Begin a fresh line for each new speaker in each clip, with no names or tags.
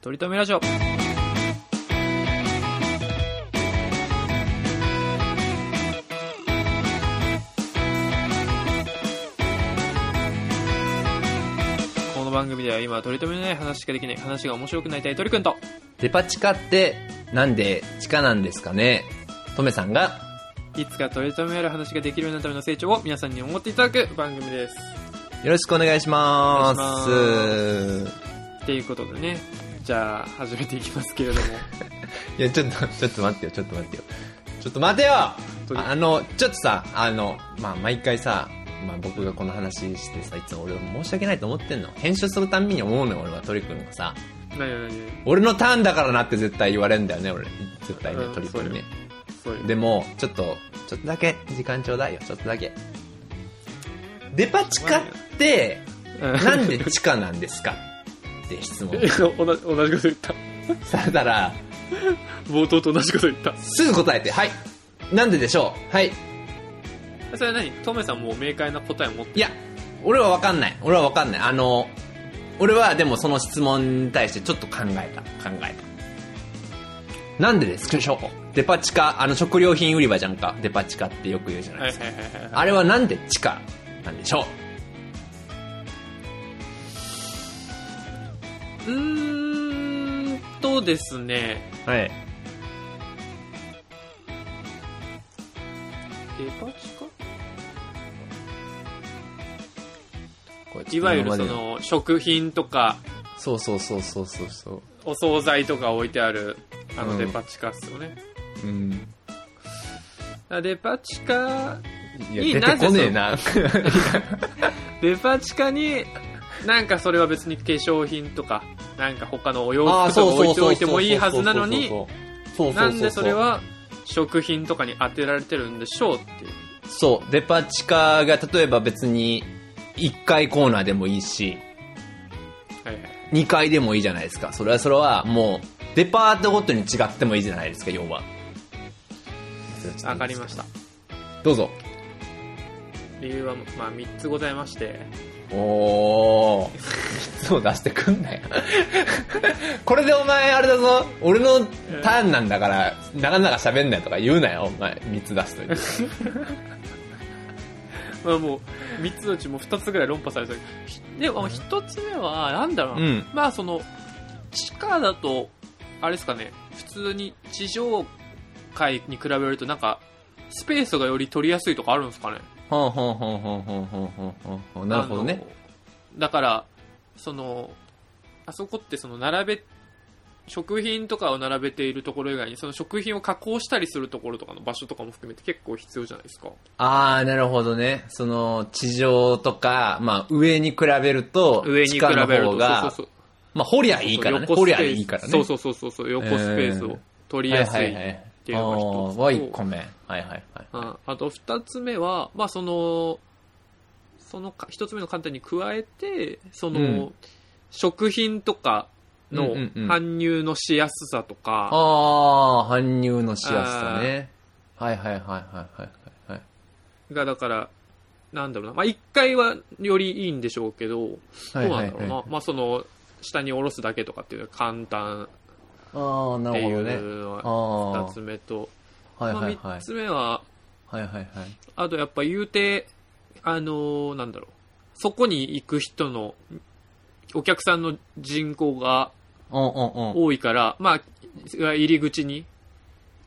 とりとめラジオ。この番組では今、取り留めのない話しかできない、話が面白くなりたい鳥くんと、
デパ地下って、なんで地下なんですかねトメさんが、
いつか取り留めある話ができるようになるための成長を皆さんに思っていただく番組です。
よろしくお願いしま
お
す。
っていうことでね、じゃあ、始めていきますけれども。
いや、ちょっと、ち ょっと待ってよ、ちょっと待ってよ。ちょっと待てよあ
当に
の、ちょっとさ、あの、まあ、毎回さ、まあ、僕がこの話してさ、いつも俺申し訳ないと思ってんの。編集するたんびに思うのよ、俺はトリ君がさ。
なになに
俺のターンだからなって絶対言われるんだよね、俺。絶対ね
う、ん
トリ君ね。
そういう。
でも、ちょっと、ちょっとだけ時間ちょうだいよ、ちょっとだけ。デパ地下って、
う
なんで地下なんですかって質問。
同じ同じこと言った。
されたら、
冒頭と同じこと言った。
すぐ答えて、はい。なんででしょうはい。
それは何トメさんもう明快な答えを持って
いや、俺はわかんない。俺はわかんない。あの、俺はでもその質問に対してちょっと考えた。考えた。なんでですかでしょうデパ地下、あの食料品売り場じゃんか。デパ地下ってよく言うじゃない
は
で
い
すか。
はいはいはい。
あれはなんで地下なんでしょう
うーんとですね、
はい。
デパ地
これち
下
ょ
い
っと
わゆる
今ま
そ
で
の食品とか
そうそうそうそうそうそ
お惣菜とか置いてあるあ
う
の
ん
デパ地下っすよね。
う。うん。
あデパ地下、
い
いい
や、出てこねえな。
デパ地下になんかそれは別に化粧品とかなんか他のお洋
ああ
服
そ
と
う
か
そう
置
そ
いうて
そう
おいてもいいはずなのに、
そうそうそうそう
なんでそれは食品とかに当てられてるんでしょうっていう。
そうデパ地下が例えば別に1階コーナーでもいいし
はいはい。
2階でもいいじゃないですかそれはそれはもうデパートごとに違ってもいいじゃないですか要は
わかりました。
どうぞ
理由は、まあ、3つございまして。
おお質を出してくんなよ これでお前あれだぞ俺のターンなんだから長々喋んないとか言うなよお前3つ出すと いて
まあもう、3つのうちもう2つぐらい論破されてる。ひでも、1つ目は、なんだろうな、
うん
まあその、地下だと、あれですかね、普通に地上階に比べると、なんか、スペースがより取りやすいとかあるんですかね。
ほんほんほんほんほんほんほんほんほんなるほどね
あの。だから、その、あそこってその並べ、食品とかを並べているところ以外に、その食品を加工したりするところとかの場所とかも含めて結構必要じゃないですか。
ああ、なるほどね。その、地上とか、まあ、上に比べると、
上に比べる
地下の
と。
方が、
そうそうそう
まあ、掘りゃいいからね。
横
掘
スペー
り
ス
ゃいいからね。
そうそうそうそうそう、横スペース
え
を
ー
取
う
りやすい。ていうのが一つと
ああ、は一個目。はいはいはい。
うんあと二つ目は、まあその、そのか一つ目の観点に加えて、その、
うん
食品とかの
うんうんうん
搬入のしやすさとか、
ああ、搬入のしやすさね。はいはいはいはいはいはい。
がだから、なんだろうな、まあ、1階はよりいいんでしょうけど、どう
はい
な
は
ん
い
だ
は
ろう
い
な、まあ、その、下に下ろすだけとかっていうのは簡単
ああ、
っ
な
て
る
い
ほどね。
うの
あ
は
あ、
2つ目と、
はいはい
まあ、
は
3
い。
つ目は、
はいはいはい。
あとやっぱ言うて、あのーなんだろう、そこに行く人の、お客さんの人口が
うんうんうん。
多いから、まあ、入り口に、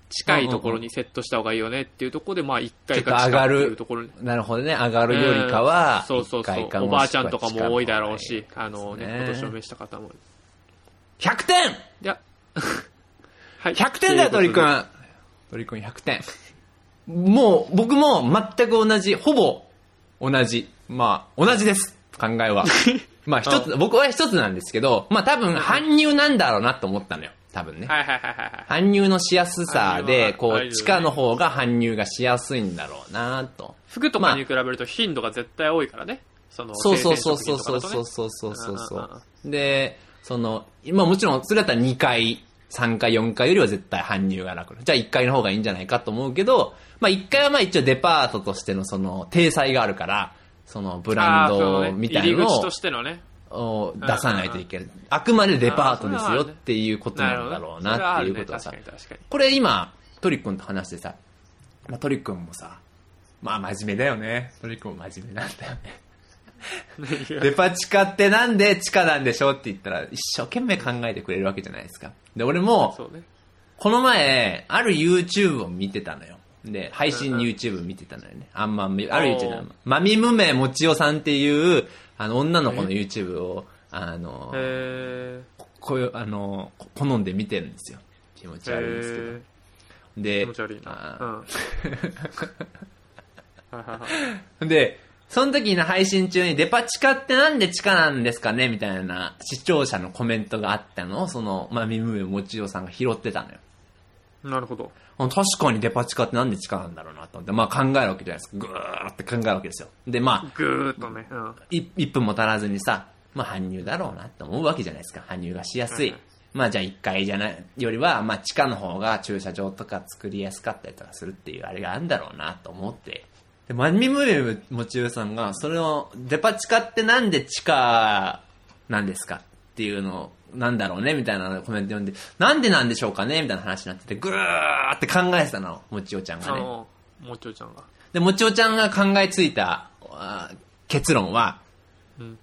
近いところにセットした方がいいよねっていうところで、まあ、1階か地下っていうところに
なるほどね。上がるよりかは、
そうそうそ
一回か
う。お
もしくは
ばあちゃんとかも多いだろう
近
し、あのね、
そうですね
今年お召した方も。
い。100点
いや、 はい。
100点だよ、鳥く
ん。
ん。鳥くん100点。もう、僕も全く同じ、ほぼ同じ。まあ、同じです。考え は。まあ、一つ、僕は一つなんですけど、まあ多分、搬入なんだろうなと思ったのよ。多分ね。
はいはいはいはいはい。
搬入のしやすさ
搬入は
で、
あ
こ
るよ
う、
ね
地下の方が搬入がしやすいんだろうなと。
服とかに比べると頻度が絶対多いからね。その、
そうそう
生
そう
鮮食
そ
品
う
とかだと
そう
ね
そうそうそうそう
うんうん
で、その、今もちろん、それだったら2回、3回、4回よりは絶対搬入が楽。じゃあ1回の方がいいんじゃないかと思うけど、まあ1回はまあ一応デパートとしてのその、体裁があるから、そのブラ
あ
ン
ーそう
ド
ね
みたい
入
の
り
を、
口としてのね。
を出さないといけない。あくまでレパートですよっていうことなんだろうなっていうことは
そ
さ
れあるね、確かに確かに。
これ今、トリックンと話してさ、まあ、トリックンもさ、まあ真面目だよね。トリックンも真面目なんだよね。デパ地下ってなんで地下なんでしょうって言ったら、一生懸命考えてくれるわけじゃないですか。で、俺も、
そうね。
この前、ある YouTube を見てたのよ。で、配信 YouTube 見てたのよね。あんま、ある YouTube あんま。まみむめもちおさんっていう、あの、女の子の YouTube を、あの、
え
こういう、あの、こ好んで見てるんですよ。気持ち
ー、
悪いんですけど。
え
で、
ー、気持ち悪いな。
あ
う
ー
ん。はいはいはい
で、その時の配信中にデパ地下ってなんで地下なんですかねみたいな視聴者のコメントがあったのを、その、まあ、みむめもちおさんが拾ってたのよ。
なるほど。
あ確かにデパ地下ってなんで地下なんだろうなと思って、まあ考えるわけじゃないですか。ぐーって考えるわけですよ。で、まあ、
ぐーっとね。うん。
い1分も足らずにさ、まあ搬入だろうなって思うわけじゃないですか。搬入がしやすい
うん。
まあじゃあ1階じゃない、よりは、まあ地下の方が駐車場とか作りやすかったりとかするっていうあれがあるんだろうなと思って。で、マミムレムもちゅうさんが、それを、デパ地下ってなんで地下なんですかっていうのを、なんだろうねみたいなコメント読んで、なんでなんでしょうかねみたいな話になってて、ぐーって考えてたの、もちおちゃん
あ
がね。
の、もうちょいちゃんが。
で、もちおちゃんが考えついたあー結論は、
うん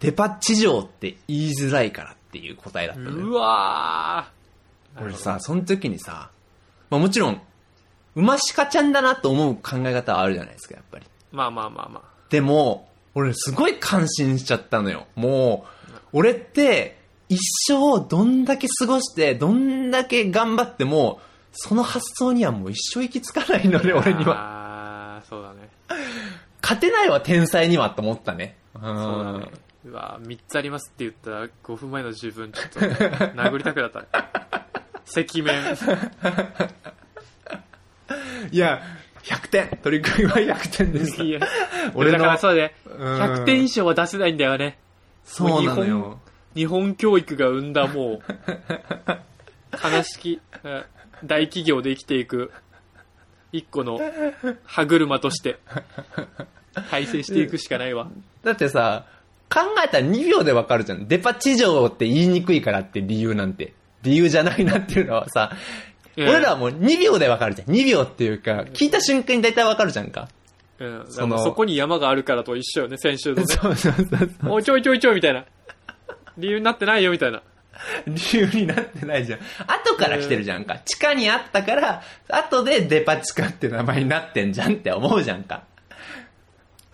デパ地上って言いづらいからっていう答えだったの
う
よ。
わー。
俺さ、その時にさ、まあもちろん、馬鹿ちゃんだなと思う考え方はあるじゃないですか、やっぱり。
まあまあまあま
でも、俺すごい感心しちゃったのよ。もう、俺って、一生どんだけ過ごして、どんだけ頑張っても、その発想にはもう一生行き着かないのね、
あ。
俺には。
は。そうだね。
勝てないわ、天才にはと思ったね。うん
そうだね。うわー、3つありますって言ったら、5分前の自分、ちょっと、殴りたくなった。 赤面。
いや、100点。取り組みは100点でした。
いや、
俺
俺
の
だからそうだね。
うん
100点以上は出せないんだよね。
そうなのよ。
日本教育が生んだもう、悲しき、え大企業で生きていく、一個の歯車として、改正していくしかないわ。
だってさ、考えたら2秒でわかるじゃん。デパ地上って言いにくいからって理由なんて。理由じゃないなっていうのはさ、
いや
俺らはもう2秒でわかるじゃん。2秒っていうか、聞いた瞬間に大体わかるじゃんか。
うん、だか
そ
ら
の
もうそこに山があるからと一緒よね、先週のね。
そうそうそう。
おいちょいちょいちょいみたいな。理由になってないよみたいな。
理由になってないじゃん。後から来てるじゃんか。地下にあったから、後でデパ地下って名前になってんじゃんって思うじゃんか。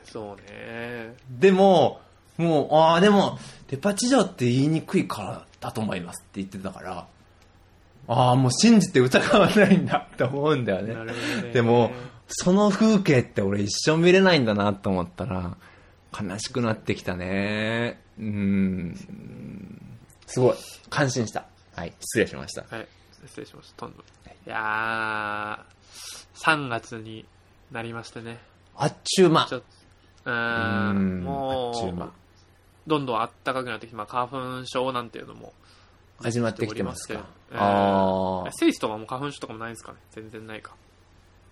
そうね。
でも、もう、ああ、でも、デパ地上って言いにくいからだと思いますって言ってたから、ああ、もう信じて疑わないんだって思うんだよね。
なるほどね
でも、その風景って俺一生見れないんだなと思ったら、悲しくなってきたね。うん。すごい。感心した。はい、失礼しました。
はい。失礼しました。どんどん。いやー、3月になりましてね。
あっちゅう間
ち。ょっと、うー
う
ん、
ん、あ
も
っちゅう間
う、。どんどん暖かくなってきて、まあ、花粉症なんていうのも、
始まってきてますか。
えー
ああ。
スイスとかも花粉症とかもないんですかね全然ないか。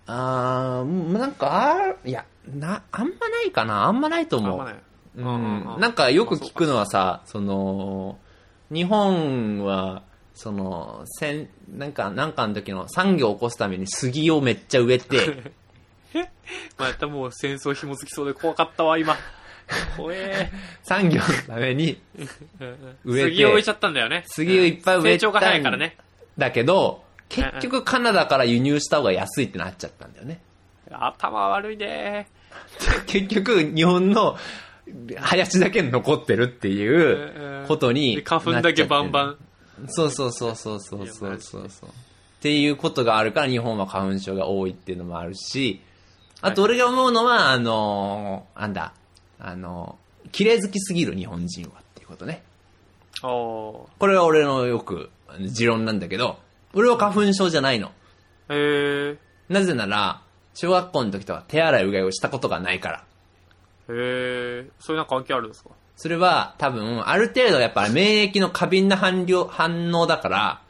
あー、うんなんか、あーいや、な、あんまないかな、あんまないと
あん
思
ま
う。
ない。
う
うんうん
ん。なんかよく聞くのはさ、その、日本は、その、戦、なんか、なんかの時の産業を起こすために杉をめっちゃ植 えて、
またもう戦争紐づきそうで怖かったわ、 今。怖え
産業のために
ー。
植えて
杉を植えちゃったんだよね。
杉をいっぱい植えたん
成長が早いからね。
だけど、結局カナダから輸入した方が安いってなっちゃったんだよね。
頭悪いね
結局、日本の林だけ残ってるっていうこと
ー。で
に。
花粉だけバンバン。
そうそうそうそうそうそうそ
いやマ
うそう。っていうことがあるから日本は花粉症が多いっていうのもあるし、あと俺が思うのは、あのー、なんだ、あのー、綺麗好きすぎる日本人はっていうことね。
お
これは俺のよくあの持論なんだけど、俺は花粉症じゃないの。
ー。へえ
なぜなら、小学校の時とは手洗いうがいをしたことがないから。
ー。へえー。そういうなんか関係あるんですか
それは多分、ある程度やっぱ免疫の過敏な反応反応だから、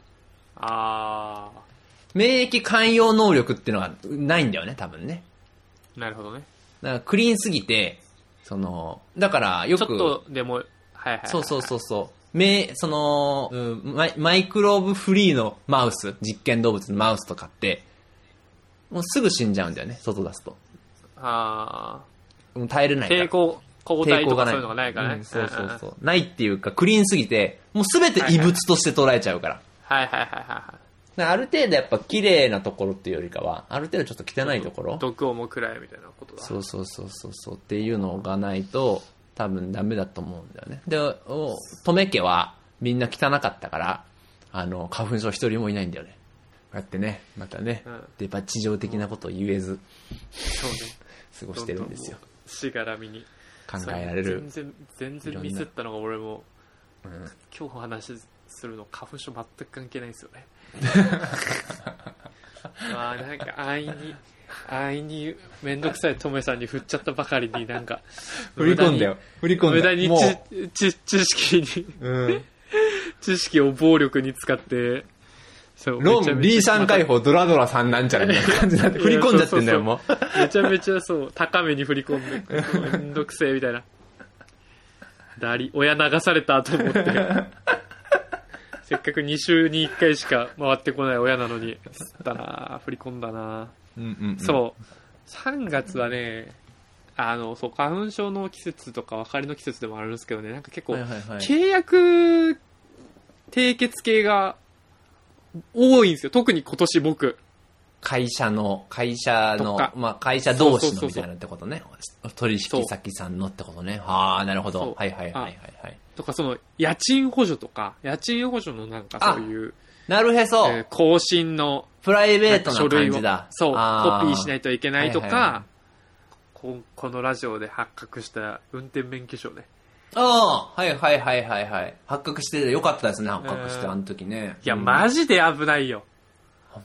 あ
免疫寛容能力っていうのがないんだよね、多分ね。
ー。なるほどね。
だからクリーンすぎて、その、だからよ
ち
く、
ょっとでもはいはい。
そうそうそうそう。め、その、うんマイ、マイクローブフリーのマウス、実験動物のマウスとかって、もうすぐ死んじゃうんだよね、外出すと。
あ
もう耐えれな
あ。
いから。
抵抗、抗体とかそういうのがないからね。
うんそうそう
う
そ
ん。
う。ないっていうか、クリーンすぎて、もうすべて異物として捉えちゃうから。
はいはいはいは
だからある程度やっぱ綺麗なところっていうよりかは、ある程度ちょっと
い。
汚いところ
毒をもくらえみたいなことだ。
そうそうそうそうそうっていうのがないと多分ダメだと思うんだよねでお止め家はみんな汚かったからあの花粉症一人もいないんだよねこうやってねまたね、
うん
デパ地上的なことを言えず
そうね。
過ごしてるんですよ
どんどんもう。しがらみに。
考えられる
それ全然、全
いろ
然
んな
ミスったのが俺も、
うん
今日お話しするの花粉症全く関係ないんですよ ね。まあなんか安易に、安易にめんどくさいトメさんに振っちゃったばかりになんか、
振り込んだよ振り込ん
無
だ
駄
よ
に。
も
無駄に知知知識に、
う、うん、
知識を暴力に使って、そう
ロ
めちゃ
ン
めちゃ
リーさん解放ドラドラさんなんちゃらみたいな感じになって振り込んじゃってんだよ
いや
もう
めちゃめちゃそう、高めに振り込んで、めんどくせえみたいな。だり、親流されたと思って。せっかく2週に1回しか回ってこない親なのに、吸ったなあ振り込んだなあ
うんうんうん
そう。3月はね、あの、そう、花粉症の季節とか別れの季節でもあるんですけどね、なんか結構、
はいはいはい
契約締結系が多いんですよ。特に今年僕。
会社の、会社
と
の
か、
まあ会社同士
そ
の
うそうそう
み
そ
た
う
いなってことね。取引先さんのってことね。はあ、なるほ
そ
ど
う。
はいはいはいはいはい。
とか、その、家賃補助とか、家賃補助のなんか
あ
そういう、
なるへそ、
えー更新の
プライベ
な
ー
ん
ト
か
な
書類
感
を
じだ。
そう、
あ。
コピーしないいといけないとか、
はいはいはい
ここのラジオで発覚した運転免許証ね。
ああ、はいはいはいはいはい。発覚してよかったですね、発覚して、
うん
あの時ね。
いや、
うん
マジで危ないよ。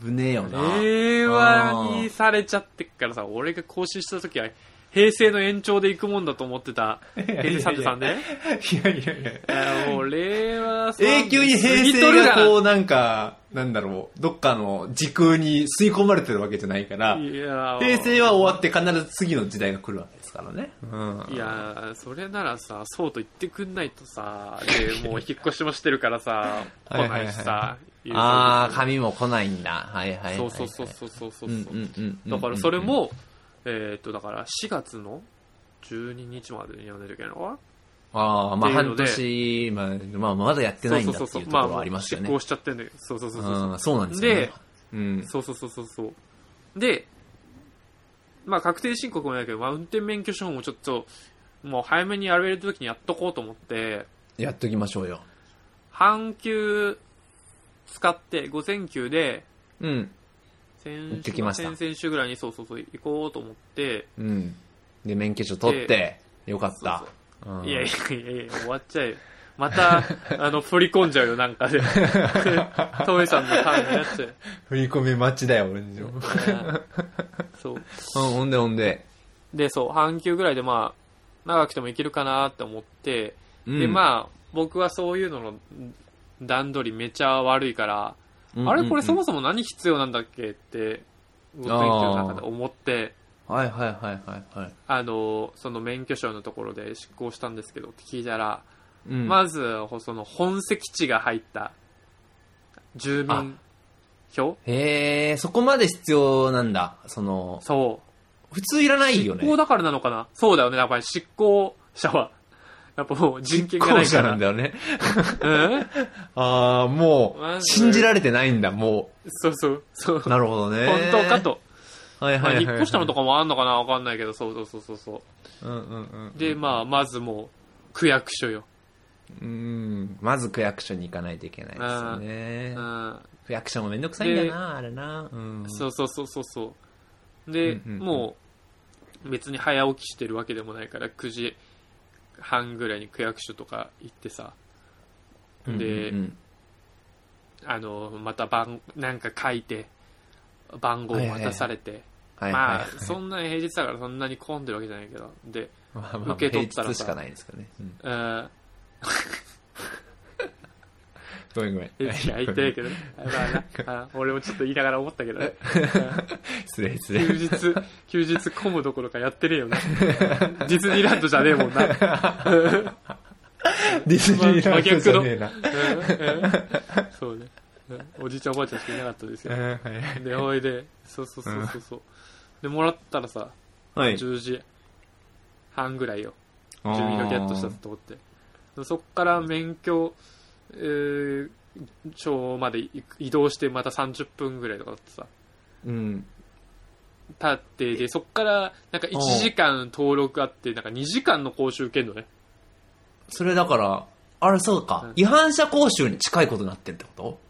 危ねえよな。
令和にされちゃってっからさ、俺が更新した時は、平成の延長で行くもんだと思って た、平成33ね。
いやいやいや。
いやもう令和さん
永久に
過ぎ
平
とる
成
が
がこうなんか、なんだろう、どっかの時空に吸い込まれてるわけじゃないから、
いや
平成は終わって必ず次の時代が来るわけですからね。うん。
いやそれならさそうと言ってくんないとさでもう引っ越しもしてるからさ来
はいは
ない
いは
いしさ郵送と
ああ、
か
紙も来ないんだ。はいはいはい、はい。
そうそうそうそうそうそう
うんうんうんうん。
だからそれもえーっとだから4月の12日までにやらないといけないのか
ああ、ま
ってい
あ
うの
半
で
年、まあ、まあ、まだやって
な
ないんだって
そ
いうう
そうそ
と
う
こ
まあ
ろはありましたよ
執行
ね。
しちゃってんだけどそうそうそうそうそう
うんそうなんですよね
で。
うん。
そうそうそうそうそう。で、まあ確定申告もないけど、まあ運転免許証もちょっと、もう早めにやれる時にやっとこうと思って、
やっときましょうよ。
半休使って、午前休で、
うん。行
先
って
週
き
か
ました
先々週ぐらいにそうそうそう行こうと思って、
うん。で、免許証取って、よかった。うん
いやいやいやいや、終わっちゃうよ。ま た、あの、振り込んじゃうよ、なんかで。トメさんのターンになっちゃうよ。
振り込み待ちだよ、俺の。うん、
そう。
ほんでほんで。
で、そう、半休ぐらいでまあ、長くてもいけるかなって思って、
うん
で、まあ、僕はそういうのの段取りめちゃ悪いから、あれこれそもそも何必要なんだっけって、運転手の中で思って、
そも。はいはいはいはいはい。
あの、その免許証のところで執行したんですけどって聞いたら、
うん
まず、その本籍地が入った住民票
へえ、そこまで必要なんだ。その、
そう。
普通いらないよね。
執行だからなのかなそうだよね。やっぱり執行者は、やっぱもう人権がない
後
か
者
ら。
なんだよね。
うん
ああ、も
ま
う、
ず
信じられてないんだ、も
そうそう。そう。
う。なるほどね。
本当か。と。
はい
ま
はい
あ、
はい、は
引っ
い。
越したのとかもあんのかなわかんないけど、そうそうそうそうそ
うんうんうん。
う。で、まあ、まずもう、区役所よ。
うん。まず区役所に行かないといけないですよね
う。ん。
区役所もめんどくさいんだよな、あれな。うん。
そうそうそうそうそう。で、
うんうんうん
もう、別に早起きしてるわけでもないから、9時半ぐらいに区役所とか行ってさ、で
うんうんうん
あの、また番、なんか書いて、番号を渡されて、
はいはい
ま
は
あ
い。、
そんな平日だからそんなに混んでるわけじゃないけど、で、
まあ、
受け取ったらさ
平日しかないですからね。うん
うん、
ごめんごめん。
いや、言ってないけどね、まあなあ俺もちょっと言いながら思ったけどね。
失礼失
休
礼。
日、休日混 むどころかやってねえよな。ディズニーランドじゃねえもんな。
ディズニーランドじゃねえな。
うんうんそうね。うんおじいちゃんおばあちゃんしかいなかったです よ。
うんはいはい
で、おいで、そうそうそうそうそう。で、もらったらさ、
はい。
10時半ぐらいよ。
あー
準備がゲットしたと思って。でそっから免許、えー、町まで行く移動してまた30分ぐらいとかだってさ、
うん。
経って、で、そっからなんか1時間登録あって、なんか2時間の講習受けんのね。
それだから、あれそう
う
か
ん。
違反者講習に近いことになってるってこと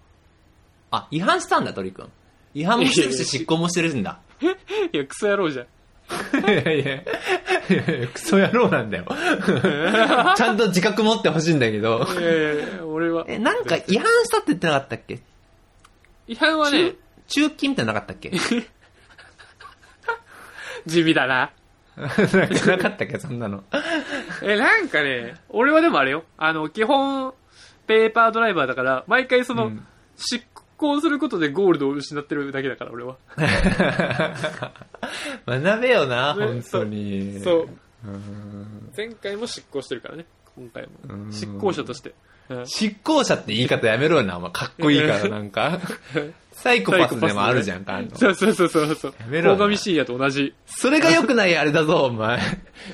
あ、違反したんだ、鳥くん。違反もして
い
る
やいやい
し、
や
執行もしてるんだ。
いや、クソ野郎じゃん。
いやいや、いやいやクソ野郎なんだよ。 ちゃんと自覚持ってほしいんだけど。
いやいやいや俺は。
え、なんか違反したって言ってなかったっけ
違反はね
中、、中金ってなかったっけ
地味だな。
なんか なかったっけ、そんなの。
え、なんかね、俺はでもあれよ。あの、基本、ペーパードライバーだから、毎回その、
うん
執行することでゴールドを失ってるだけだから、俺は。
学べよな、
ね
本当に。
そう。
うん。
前回も執行してるからね、今回
う
も。
ん
執行者として。うん
執行者って言い方やめろよな、お前。かっこいいから、なん か。サイコパスでもあるじゃんか、あの
そうそうそうそうそう。
やめろ
鴻上信也と同じ。
それが良くないあれだぞ、お前。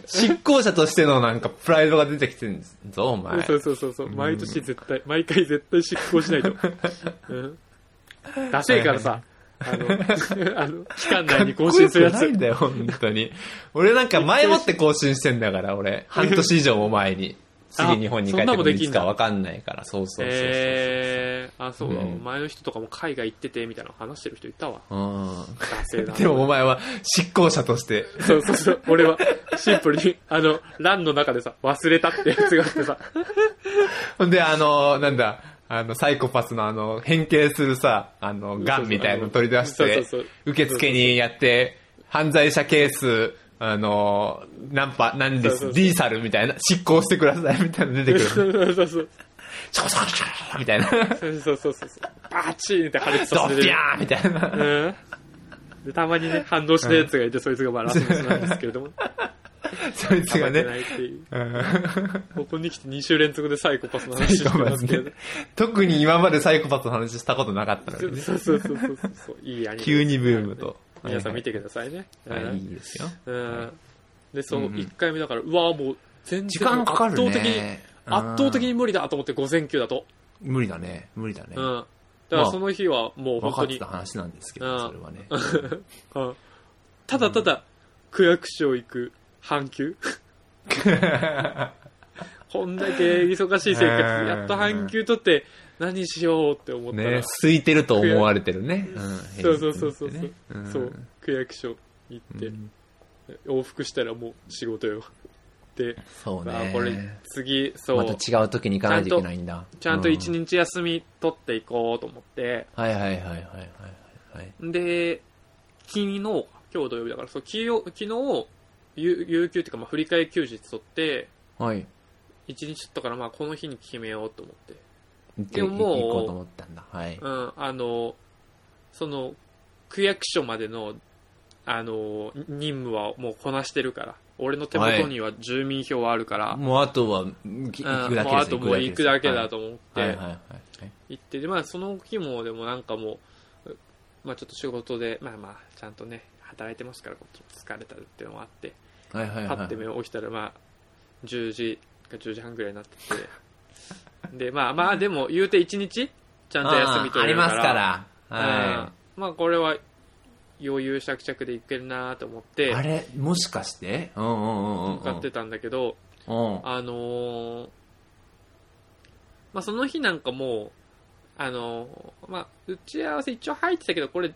執行者としてのなんかプライドが出てきてんぞ、お前。
そうそうそうそう。毎年絶対、毎回絶対執行しないと。 うん。ダセえからさ。あの、あの、 期間内に更新するや
かっ
つ
こよくない。んだよ、本当に。俺なんか前もって更新してんだから、 俺。半年以上も前に。次日本に帰ってくるいつかわかんないから、そうそうそうそう。
えー、あ、そうだ、
うん
前の人とかも海外行ってて、みたいなの話してる人い たわ。
う
男性だ
ん。。でもお前は執行者として。
そうそうそう。俺は、シンプルに、あの、欄の中でさ、忘れたってやつがあってさ。
ほんで、あの、なんだ、あの、サイコパスのあの、変形するさ、あの、ガンみたいなの取り出し
そうそう
て
そうそう、
受付にやって、犯罪者ケース、あの、ナンパ、何で
そうそうそ
す、
う
ディーサルみたいな、執行してくださいみたいなの 出てく
そ
る。
うそうそうそう。
シャコシャコシャコシャコみたいな。
そうそうそうそう。バチーンって破裂
ド
させ
ッ
て
ピ
る。
ャーみたいな。
うん。で、たまにね、反動しないやつがいて、そいつがまあラスボスなんですけれども。
そいつ
黙
が
って
ね
ない。っていう。
うん
ここに来て2週連続でサイコパスの
サ
話
イ
して
コ
ま
パ
す
ス
けど
ね。。特に今までサイコパスの話したことなかったの
そ
で
う
ね。
そうそうそうそうそう。いいアニメ。
急にブームと。
皆さん見てくださいね。
は
う
い
ん
はいいいですよ。
うんで、その
うんうん
1回目だから、うわもう、全然
時間かかるね。
圧倒的に、圧倒的に無理だと思って、午前休だと。
無理だね。無理だね。
うん。だからその日はもう本
分か
当
って
に
た、話なんですけ
う
ど、
ん
それはね。
うんただただ、区役所行く、半 休こんだけ忙しい生活、
うん
やっと半休取って、何しようって思った
ね
ら、、
空いてると思われてるね。うん
そうそうそうそう
平日ってね。ん
そう、区役所行って
うん、
往復したらもう仕事よ。で、
そう
あこれ
ね。、
次、そ
ま
う
た、違う時に行かないといけないんだ。
ちゃんと一
うん
日休み取っていこうと思って、
はいはいはいはいはいはい。
で、昨日、今日土曜日だから、そう昨日、昨日有有給っていうか、まあ、振り替え休日取って、
はい。
一日取ったから、まあ、この日に決めようと思って。
で
ももう
行こうと思ったんだ。はい。
うん、あの、その、区役所までの、あの、任務はもうこなしてるから、俺の手元には住民票はあるから、
もうあとは、
う
き
ん、
行くだ
も
けです
うあともう行くだけだ
と
と思って、
はいはいはいはい。
行って、で、まあ、その日も、でもなんかもう、まあ、ちょっと仕事で、まあまあ、ちゃんとね、働いてますから、こっちも疲れたっていうのもあって、
はいはい
パ
は
ッて
い。
目を起きたら、まあ、10時か10時半ぐらいになってて、 で、まあまあ、でも、言うて1日、ちゃんと休み
あー
取
あ
れ
り
るか
ま
ら。
すから。
は。
はい
まあ、これは、余裕しゃくしゃくでいけるなと思っ
い。あ
て、
れ、もしかしてうんうんうんうんうん。
向かってたんだけど、
うん。
あのーまあ、その日なんかもう、あのーまあ、打ち合わせ一応入ってたけど、これ、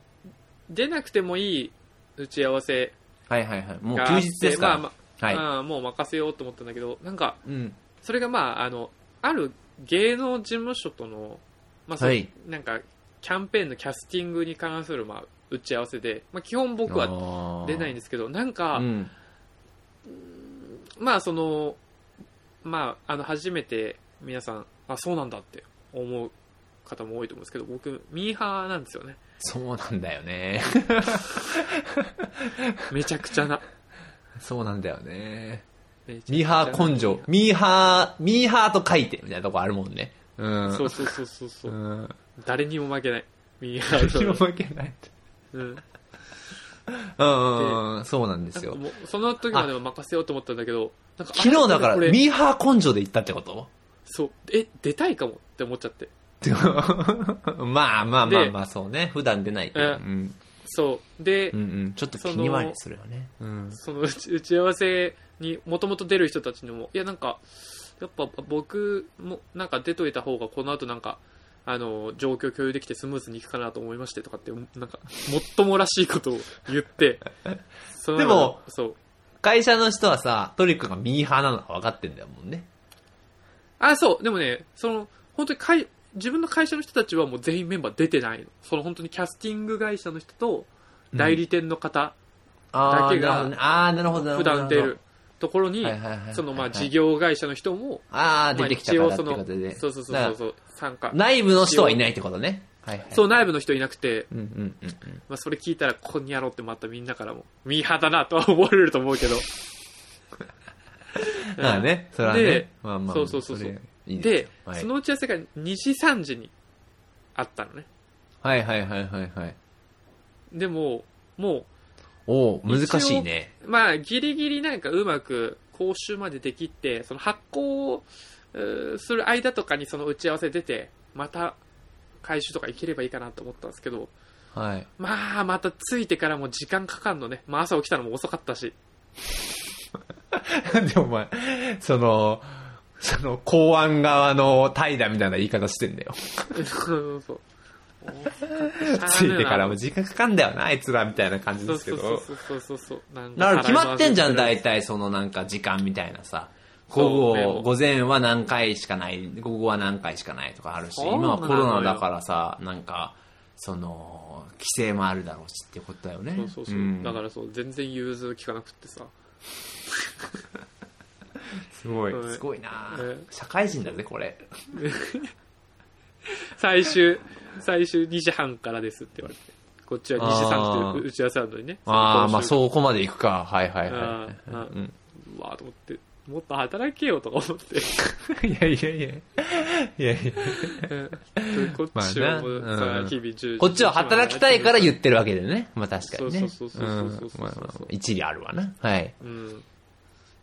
出なくてもいい打ち合わせ
はいはいはい。もう
があって、
休日ですか
ま
ら。
あま
はい。
あうんもう任せようと思ったんだけど、なんか、
うん。
それがまあ、あの、ある芸能事務所との、まあ、そう
はい
なんか、キャンペーンのキャスティングに関する、まあ、打ち合わせで、まあ、基本僕は
は
出ないん
で
ですけど、なんか、
うん。
まあその、まあ、あの、初めて皆さん、あ、そうなんだって思う方も多いと思うんですけど、僕、ミーハーなんですよね。
そうなんだよ ね。
めちゃくちゃな。
そうなんだよね。 ミーハー根性。ミーハー、ミーハーと書いて、みたいなとこあるもんね。うん。
そうそうそうそうそうう、
ん。
誰にも負けないミーハ
私も
ー
負けない。
ド、うん、なん
うんうん、そうなんです
か
よ。
もうその時までは任せようと思ったんだけどなんかあ
昨日だから、
これ
ミーハー根性で行ったって こと
そうえ出たいかもって思っちゃって
ってまあまあまあまあ、そうね。普段出ないけど。う
うん
ん。
そうで、
うんうん。ちょっと気にはするよね。うん。
その打ち 打ち合わせにもともと出る人たちにもいやなんかやっぱ僕もなんか出といた方がこの後なんかあの状況共有できてスムーズにいくかなと思いましてとかってなんかもっともらしいことを 言ってその
でも
そう
会社の人はさ、トリックがミーハーなのは分かってんだよもんね。
あそうでもねその本当に会自分の会社の人たちはもう全員メンバー出てないのその本当にキャスティング会社の人と代理店の方、
あ
だけ
ー
が
なるほどねあー、なるほど、なるほ
普
ど。
段出るところに
はいはいはいはい
そのまあ事業会社の人も
ああ、出てきたからって
まあ
ことで。
そうそうそう
だ
そ
か
うそう参加
ら内部の人はいないってことね。はいはい。
そう内部の人いなくて、
うんうんうんうん。、
まあ、それ聞いたらここにやろうってまたみんなからもミーハーだなとは思われると思うけど
まあね、それはね
で。
まあまあ。
そうそうそうそう
れい
うん
い
で、
すよはい
その打ち合わせが2時3時にあったのね
はいはいはいはいはい。
でもも
おお難しいね。
うまあギリギリなんかうまく講習までできてその発行をうーする間とかにその打ち合わせ出てまた回収とか行ければいいかなと思ったんですけど
はい。
まあまた着いてからも時間かかんのね、まあ、朝起きたのも遅かったし
で、お前、その、その、公安側の怠惰みたいな言い方してんだよ。
そうそうそう。
ついてからも時間かかんだよな、あいつらみたいな感じ
そ
で
う
すけ
そう
ど。
そうそうそうそう。なん
だから決まってんじゃ
払
ん、
い
大体そのなんか時間みたいなさ。
そう
午
ね
後、午前は何回しかない、午後は何回しかないとかあるし、
そうなの
今
よ
はコロナだからさ、なんか、その、規制もあるだろうしってことだよね。
回すそうそうそう。
ん
だからそう、全然融通聞かなくってさ。
すごい
うん。
すごいな、
うん
社会人だぜ、これ。
最終、最終2時半からですって言われて。こっちは2時
あ
3時
ー
という打ち合わせあるのにね。
ああ、まあ
う。
そこまで行くか。はいはいは
あ
い。
ーあー
うん
うわーと思って、もっと働けよとか思って。
いやいやいや。いやいや。
うんこっちはもう
まあなう
さ
ん、
日々10時
こっちは働きたいから言ってるわけでね。まあ確かにね。
そうそうそうそうそうそう
うんまあまあ一理あるわな。はい。
うん。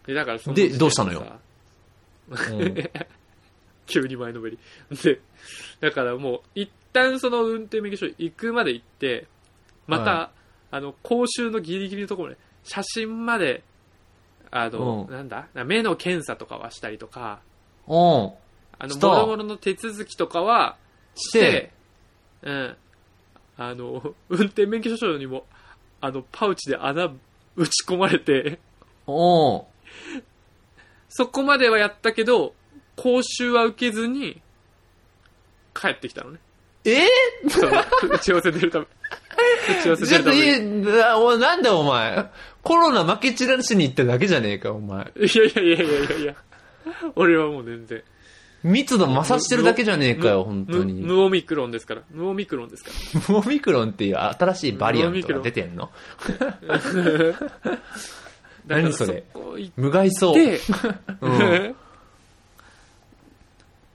で、だからその
で
時点
どうしたのよ
さ
うん
急に前のめり。で、だからもう、一旦その運転免許証行くまで行って、また、
は
あの、講習のギリギリのところで、写真まで、あの、
うん
なんだ目の検査とかはしたりとか、
うん。
あの、
し
も
た
ろもろの手続きとかは
し
して、
て、
うん。あの、運転免許証にも、あの、パウチで穴打ち込まれて、
うん。
そこまではやったけど、講習は受けずに、帰ってきたのね。
え
その 打ち合わせ出るため。打ち合わせ
ち
出
ょっ
る
と
ために。いや
いや、おなんだお前。コロナ負け散らしに行っただけじゃねえか、お前。
いやいやいやいやいや。俺はもう全然。
密度増さしてるだけじゃねえかよ、本当
ヌ
に。
ヌオミクロンですから。ヌオミクロンですか
オミクロンっていう新しいバリアントが出てんの
ら。だ から
何それ
こ行っ
無害そう。
て、
う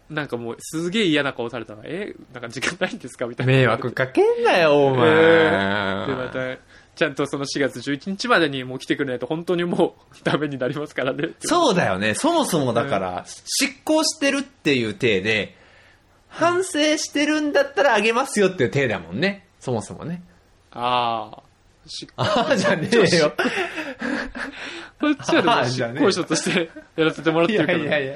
なんかもうすげえ嫌な顔されたわ。えなんか時間ないんですかみたいな。
迷惑かけんなよ、お前。
で、また、ちゃんとその4月11日までにもう来てくれないと本当にもうダメになりますからね。
そうだよね。そもそもだから、執行してるっていう体で、反省してるんだったらあげますよっていう体だもんね。そもそもね。
ああ。し
ああ、じゃねえよ。
こっちはで
あ
も
ーじゃ
執
ねえ
行者としてやらせてもらっ
い
てるか
や
ら、
いやいや。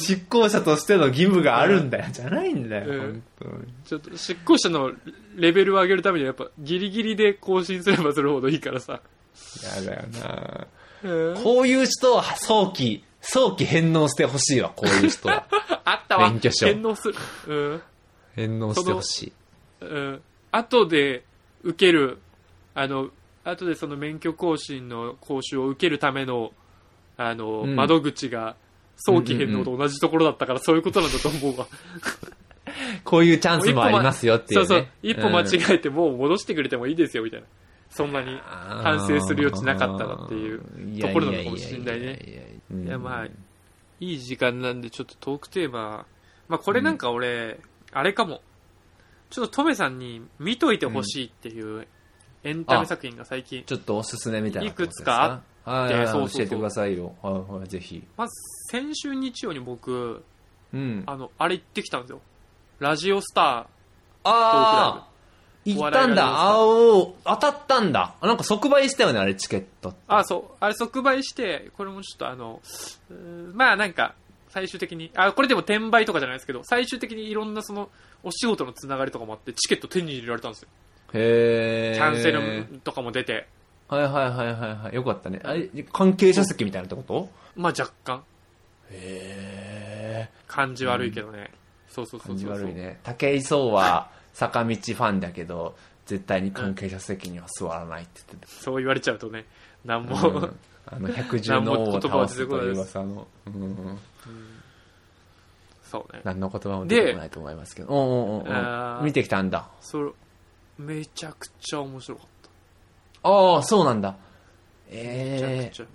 執行者としての義務があるんだよ。じゃないんだよ。
うん
本当に
ちょっと執行者のレベルを上げるためにはやっぱギリギリで更新すればするほどいいからさ。
やだよな
うん
こういう人は早期、早期返納してほしいわ、こういう人 は。
あったわ。
免許証
返納する。うん。
返納してほしい。
うん。後で受ける、あの、後でその免許更新の講習を受けるための、あの、
うん
窓口が早期返納と同じところだったから そういうことなんだと思うわ。
こういうチャンスもありますよっていう、ね。
そうそう。一歩間
うん
違えてもう戻してくれてもいいですよ、みたいな。そんなに反
反
省する余地なかったなっていうところなのかもしれないね
ね
いやまあ、いい時間なんで、ちょっとトークテーマ、まあこれなんか俺、あれかも。ちょっとトメさんに見といてほしいっていうエンタメ作品が最近。
ちょっとおすすめみたいなことです。
いくつか
あ
って
はいはい
そうそうそう
教えてくださいよ。はいはい、ぜひ。
まず先週日曜に僕、
うん。
あの、あれ行ってきたんですよ。ラジオスタ
あ
ト
ー、
ークライブ
行ったんだ。あーおー当たったんだ。あなんか即売したよね、あれ、チケットって。
ー。あ、そう。あれ即売して、これもちょっとあの、うーまあなんか、最終的に、あ、これでも転売とかじゃないですけど、最終的にいろんなその、お仕事のつながりとかもあって、チケット手に入れられたんですよ。
へー
キャンセルとかも出て。
はいはいはいはいはい。よかったね。あれ、関係者席みたいなってこと
まあ若干、
へ
感じ悪いけどね。そうそう
ー
そ
感
う
じ
そう。
悪いね。武井壮は坂道ファンだけど、絶対に関係者席には座らないって言って
そう言われちゃうとね、なんも、
た。うんあの、百獣の王を倒すという噂の、うん、
そうね。
何の言葉も出てこないと思いますけど。おうおうおう
あー
見てきたんだ。
それ、めちゃくちゃ面白かった。
ああ、そうなんだ。
めちゃく
ええ
ちゃ。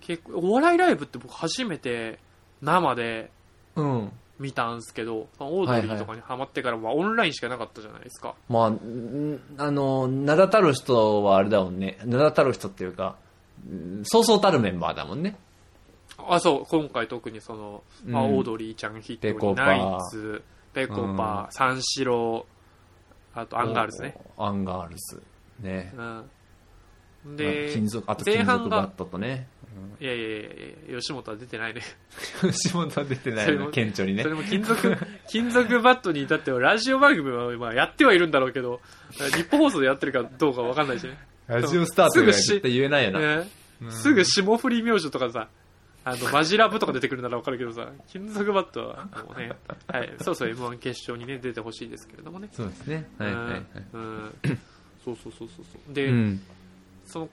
結構、お笑いライブって僕初めて生で
うん。
見たんすけど、まあオードリーとかにハマってからはオンラインしかなかったじゃないですか。
まあ、んあの、名だたる人はあれだもんね。名だたる人っていうか、うんそうそうたるメンバーだもんね。
あ、そう、今回特にその、まあ
うん
オードリーちゃんヒ
ペ
ッ
コ
ト、
パ
ナイツ、ペコパ、三四郎、あとアンガールズね。
お。アンガールズ。ね。
うん。
まあ
で、
金属、あと
前
金
半
属バッ
が、
トとね。
いやいやいやいや、吉本は出てないね。
吉本は出てない
それ
よ
も
ね、顕著にね
それ。も金 属、金属バットに至っては、ラジオ番組はまあやってはいるんだろうけど、日本放送でやってるかどうかわかんないしね。
ラジオスタートが絶対言えないよな。
ねすぐ霜降り明星とかさ、あ の、マジラブとか出てくるならわかるけどさ、金属バットはもうね、 はい、そうそう M1 決勝にね、出てほしいですけれどもね。
そうですね。はいはいはい。
うんうんそうそうそうそうそう。で、
うん。
その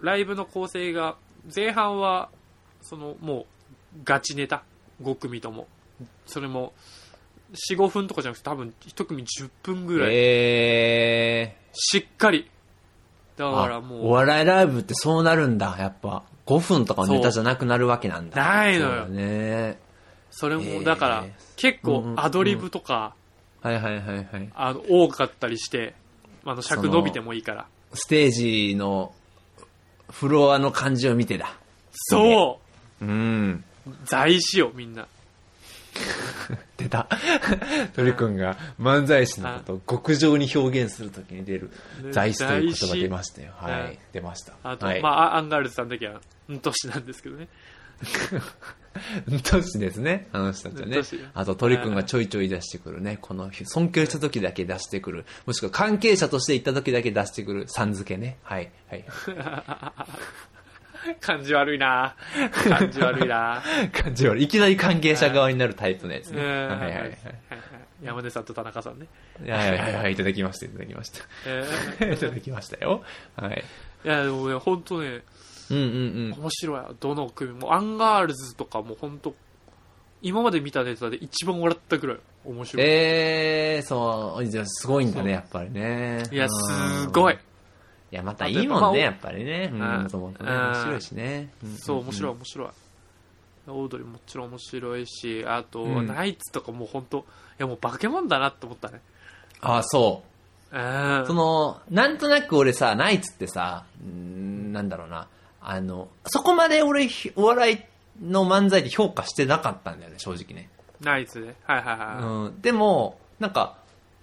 ライブの構成が前半はそのもうガチネタ5組ともそれも45分とかじゃなくて多分1組10分ぐらい
えー。
しっかりだから
あお
も
笑いライブってそうなるんだ、やっぱ。5分とかのネタじゃなくなるわけなん
う
だ。
ないの
そうだ
よ
ね。
それ
え
も
ー
だから結
うんう
構
ん
アドリブとか
はいはいはいはい。
あの多かったりしてあの尺
その
伸びてもいいから
ステージのフロアの感じを見てだ。
そ
うん。
う在しよみんな
出た。 鳥くんが漫才師のことを極上に表現するときに出る
ね
在師という言葉
在
出
師
ましたよ。は
ね
い。出ました。
あと、
はい、
ま あアンガールズさんの時はうんとしなんですけどね
都市ですね、あの人たちはね
都市。
あと、鳥くんがちょいちょい出してくるね、この日、尊敬した時だけ出してくる、もしくは関係者として行った時だけ出してくる、さん付けね。はい、 はい。
感じ悪いな感じ悪い な
感じ悪い。いきなり関係者側になるタイプのやつ
うん
ね。はいはいはい
は
はいい。
山根さんと田中さんね、
はいはいはい、いただきました、いただきました。
え
いただきましたよ。はい。
ーいやでもね本当ね
うんうん
面白いどの組もアンガールズとかも本当今まで見たネタで一番笑ったぐらい面
うん。
白い、
えー、そう、じゃあすごいんだ
そう
ね、やっぱりね。
いや
うん
すごい。
いや、またいいもんね、やっぱりね。う
うん
ん、そう思うとね
うん
面白いしね。ん
そう面白い
い。
面白いオードリーもちろん面白いしあと、
うん
ナイツとかもう本当いやもう化け物だなって思ったね
あ、そう。
うん
その、なんとなく俺さ、ナイツってさ、うーんなんだろうな、あの、そこまで俺、ひお笑いの漫才で評価してなかったんだよね、正直ね。
ナイツではいはいはい、
うん、でも、なんか、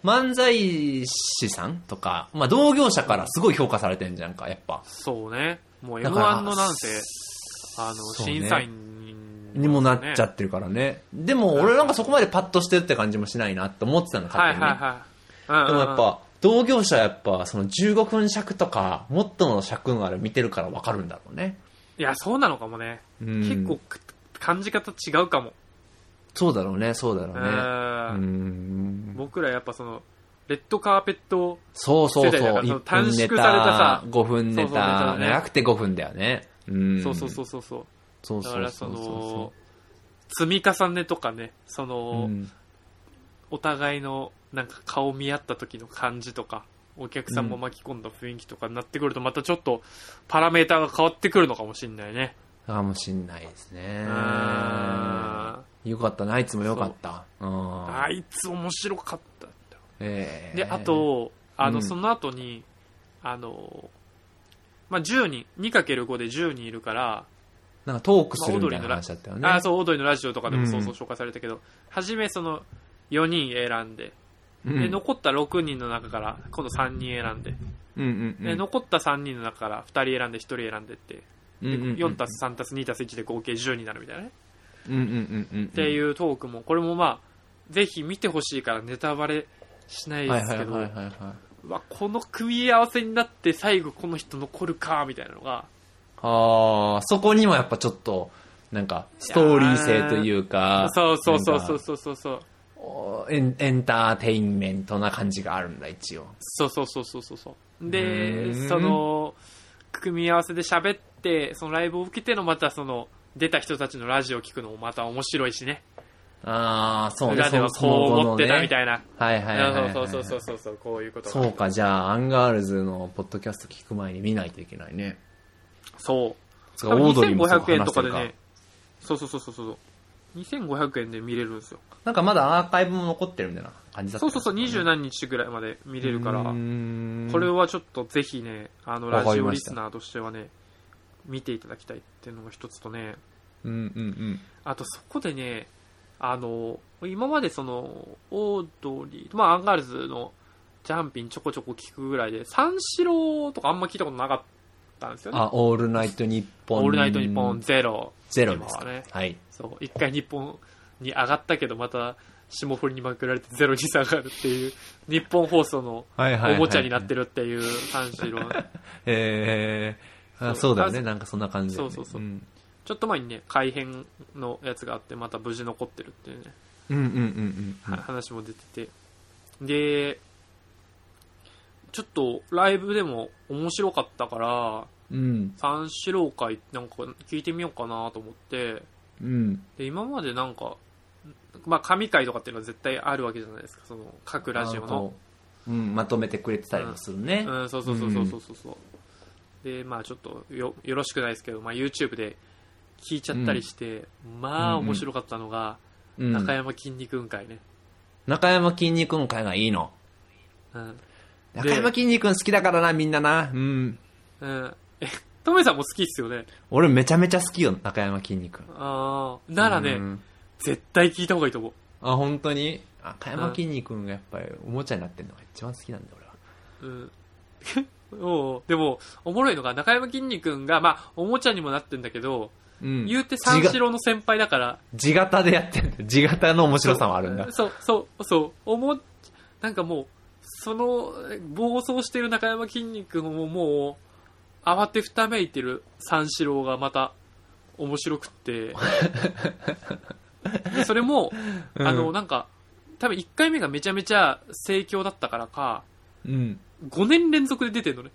漫才師さんとか、まあ、同業者からすごい評価されてんじゃんか、やっぱ。
そうね。もう
だから
M1 のなんて、あの、
そうね
審査員
にもなっちゃ
て、
ってるからね。でも、俺なんかそこまでパッとしてるって感じもしないなって思ってたの、
はい
勝手に
は
ね。
いはい。
でもやっ
うんうんうん、
ぱ、同業者はやっぱ、その15分尺とか、もっとの尺のあれ見てるからわかるんだろうね。
いや、そうなのかもね。
うん
結構、く感じ方違うかも。
そうだろうね、そうだろう
う
ね。うんん。
僕らやっぱその、レッドカーペット、
そうそう
世代だ
そ
からそ
う。
の
一
短
分
縮さ
ネ
れたさ
タ、5分ネ
そうそうネタ
タ、
ね
長くて5分だよね。うん。
そうそうそうそうそう。
そう
だ
そ
か
う
ら
そ
そうの
そ、。
積み重ねとかね、そうの、
うん
お互いのなんか顔見合った時の感じとか、お客さんも巻き込んだ雰囲気とかになってくると、またちょっとパラメーターが変わってくるのかもしれないね。
かもしんないですね
う。ん
よかったね。あいつもよかった。うん
あいつ面白かったんだよ
ええ
で、あ、と、あの、
うん
その後に、あの、まあ、10人、2×5 で10人いるから、
なんかトークするみたいな話だったよね。
あ、そう、オードリーのラジオとかでもそうそう
う
紹介されたけど、初めその4人選んで、
うん。
で、残った6人の中から、今度3人選んで、
うんうんうん
で、残った3人の中から2人選んで1人選んでって、
うんうんうん
4たす3たす2たす1で合計10になるみたいなね。
うんうんうんうん。っ
っていうトークも、これもまあ、ぜひ見てほしいからネタバレしない
は
で
いは
す
い
け
はい
ど、
はいは
うわこの組み合わせになって最後この人残るか、みたいなのが、
い。ああ、そこにもやっぱちょっと、なんか、ストーリー性というか、
そうそうそう
なん
そ
か
うそうそうそう。
おエンエンターテインメントな感じがあるんだ、一応。
そうそうそうそうそうそう。
う
で
ーん、
その、組み合わせで喋って、そのライブを受けてのまたその、出た人たちのラジオを聞くのもまた面白いしね。
ああ、そうね。
裏では
そ
こ
う
う
その後
思ってたみ
のね
たいな。
はいはいはいはいはい。
そうそうそうそうそう、こういうことが
そうか、じゃあ、アンガールズのポッドキャスト聞く前に見ないといけないね。
そう。
そうかオードリーもそう
2500円とかで
話してる
ね、そうそうそうそうそう。2500円で見れるんですよ。
なんかまだアーカイブも残ってるみたいな感じだった
そうそうそう、二
見
十何日ぐらいまで見れるから、こ
こ
れはちょっとぜひね、あの、
わ
ラ
かり
ジオ
ま
リ
した
スナーとしてはね、見ていただきたいっていうのが一つとね、
うんうん
あとそこでね、あの、今までその、オードリー、まあアンガールズのジャンピンちょこちょこ聞くぐらいで、三四郎とかあんま聞いたことなかったんです
う
よ
ん。
ね。
あ、オールナイトニッポン。
オールナイトニッポンゼロ。
ゼロですか。
今はね
はい。
そう、一回日本に上がったけど、また霜降りにまくられてゼロに下がるっていう、日本放送の
はいはいはい
おもちゃになってるっていう三四郎。
えー、あ
そ
そううだよね。なんかそんな感じだよね
そうそうそうんちょっと前にね、改編のやつがあって、また無事残ってるっていうね、
うんうんうんうん
は話も出てて。で、ちょっとライブでも面白かったから、
うん。うん。
三四郎会なんか聞いてみようかなと思って、
うん。
で今までなんか、まあ、神回とかっていうのは絶対あるわけじゃないですか、その各ラジオの。
あ。うん、まとめてくれてたりもするね。
うん、そうそうそうそうそうそうそう、でまあちょっとよよろしくないですけど、まあ、YouTube で聞いちゃったりして、まあ
うんうん
面白かったのが、
うん
中山筋肉雲会ね、
中山筋肉雲会がいいの。
うんで
中山筋肉雲好きだからな、みんなな。うん。
うん、えトメさんも好きっすよね
俺めちゃめちゃ好きよ、中山筋肉雲。
ああならね、
うん
絶対聞いた方がいいと思う
あ、本当にあ、加山筋肉がやっぱりおもちゃになってるのが一番好きなんだ、俺は。
うん。 おうでも、おもろいのが、中山きんに君が、まあ、おもちゃにもなってんだけど、
うん
言うて三四郎の先輩だから。
地型でやってんだ。地型の面白さもあるんだ。
そう、そう、そう、おも、なんかもう、その、暴走してる中山きんに君をもう、慌てふためいてる三四郎がまた、面白く って。でそれも、あの、なんか、多分1回目がめちゃめちゃ盛況だったからか、
うん。
5年連続で出てんのね。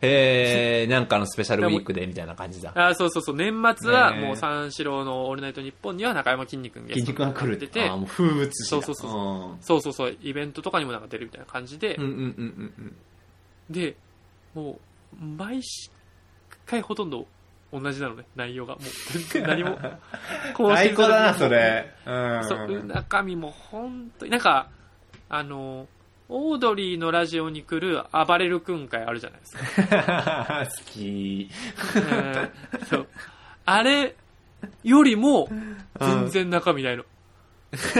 へえ、なんかのスペシャルウィークでみたいな感じだ。
あそうそうそう、年末は
ねえ
もう三四郎のオールナイトニッポンには中山きんに君が
筋肉が来る
出て
あ、もう風物詩だ。
そうそうそう
う
そうそうそう、イベントとかにもなんか出るみたいな感じで、
ん。うんうんうんうん
で、もう、毎回ほとんど同じなのね、内容が。もう 全然何も
う
更新
ん。
されてい。
最高だな、それ。う
そう、
ん。
中身も本当に、なんか、あの、オードリーのラジオに来る暴れる君会あるじゃないです か。
好き。
うんそう。あれよりも、全然中身ないの。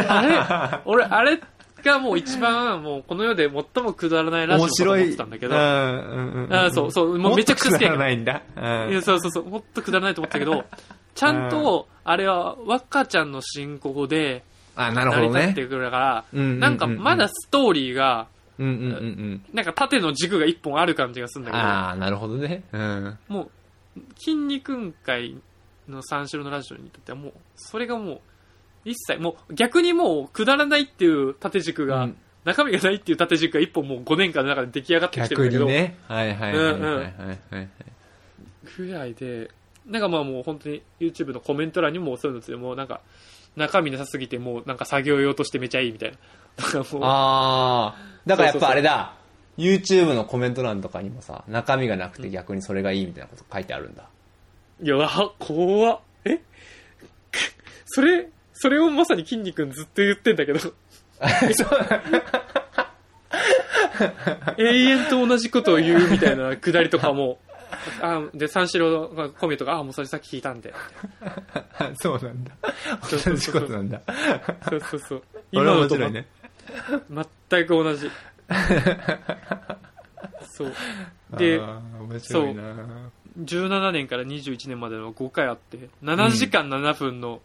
あれ俺、あれがもう一番、もうこの世で最もくだらないラジオだ
面
と
白
思っ
い。
てたんだけど、
うんうんうんん。
あそうそうもうめちゃくちゃ好きやけど
もっとくだらないんだ。うん
いやそうそうそう、もっとくだらないと思ったけ ど、ちゃんと、あれは、若ちゃんの進行で、
あ、なる
成り
ほど
立っ
ね
て。くるから、
うんうんうんうん
なんかまだストーリーが、
うんうんうんうん。
なんか縦の軸が一本ある感じがするんだけど、
ああ、なるほどね。うん。
もう、筋肉界の三四郎のラジオにとってはもう、それがもう、一切、もう逆にもう、くだらないっていう縦軸が、
うん
中身がないっていう縦軸が一本もう5年間の中で出来上がってきてるん
逆
だけど、
にね。はいはいはいはいはいはい。
ぐらいで、なんかまあもう本当に YouTube のコメント欄にもそういうのつよもうなんか、中身なさすぎてもうなんか作業用としてめちゃいいみたいな。なんかもう、
ああ、だからやっぱあれだ。 YouTube のコメント欄とかにもさ、中身がなくて逆にそれがいいみたいなこと書いてあるんだ。
いや、怖っ。えそれ、それをまさに筋肉ずっと言ってんだけど。 永遠と同じことを言うみたいなくだりとかも、 あで、三四郎が小宮とか、あ、もうそれさっき聞いた んで。
そうなんだ。
そうそうそう
同じことなんだ。
そうそうそう。
これは面
と
白いね。
ま全く同じ。そう。で、
あー、面白いな。
17年から21年までの5回あって、7時間7分の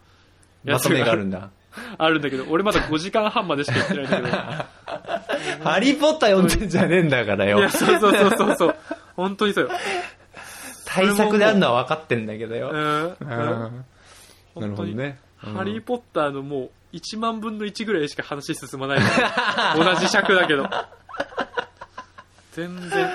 ま
や
と
つ
めが
が
あ
あ
る
る
ん だ。
あるんだけど、俺まだ5時間半までしかやってないんだけど。
ハリーポッター読んでんじゃねえんだから
い
よ
や、。そうそうそうそうそう。本当にそうよ。
対策であるのは分かってんだけど
う
よ。
ん。
あーな
本当に
るほどね。うん
ハリー・ポッターのもう1万分の1ぐらいしか話進まない。同じ尺だけど。全然。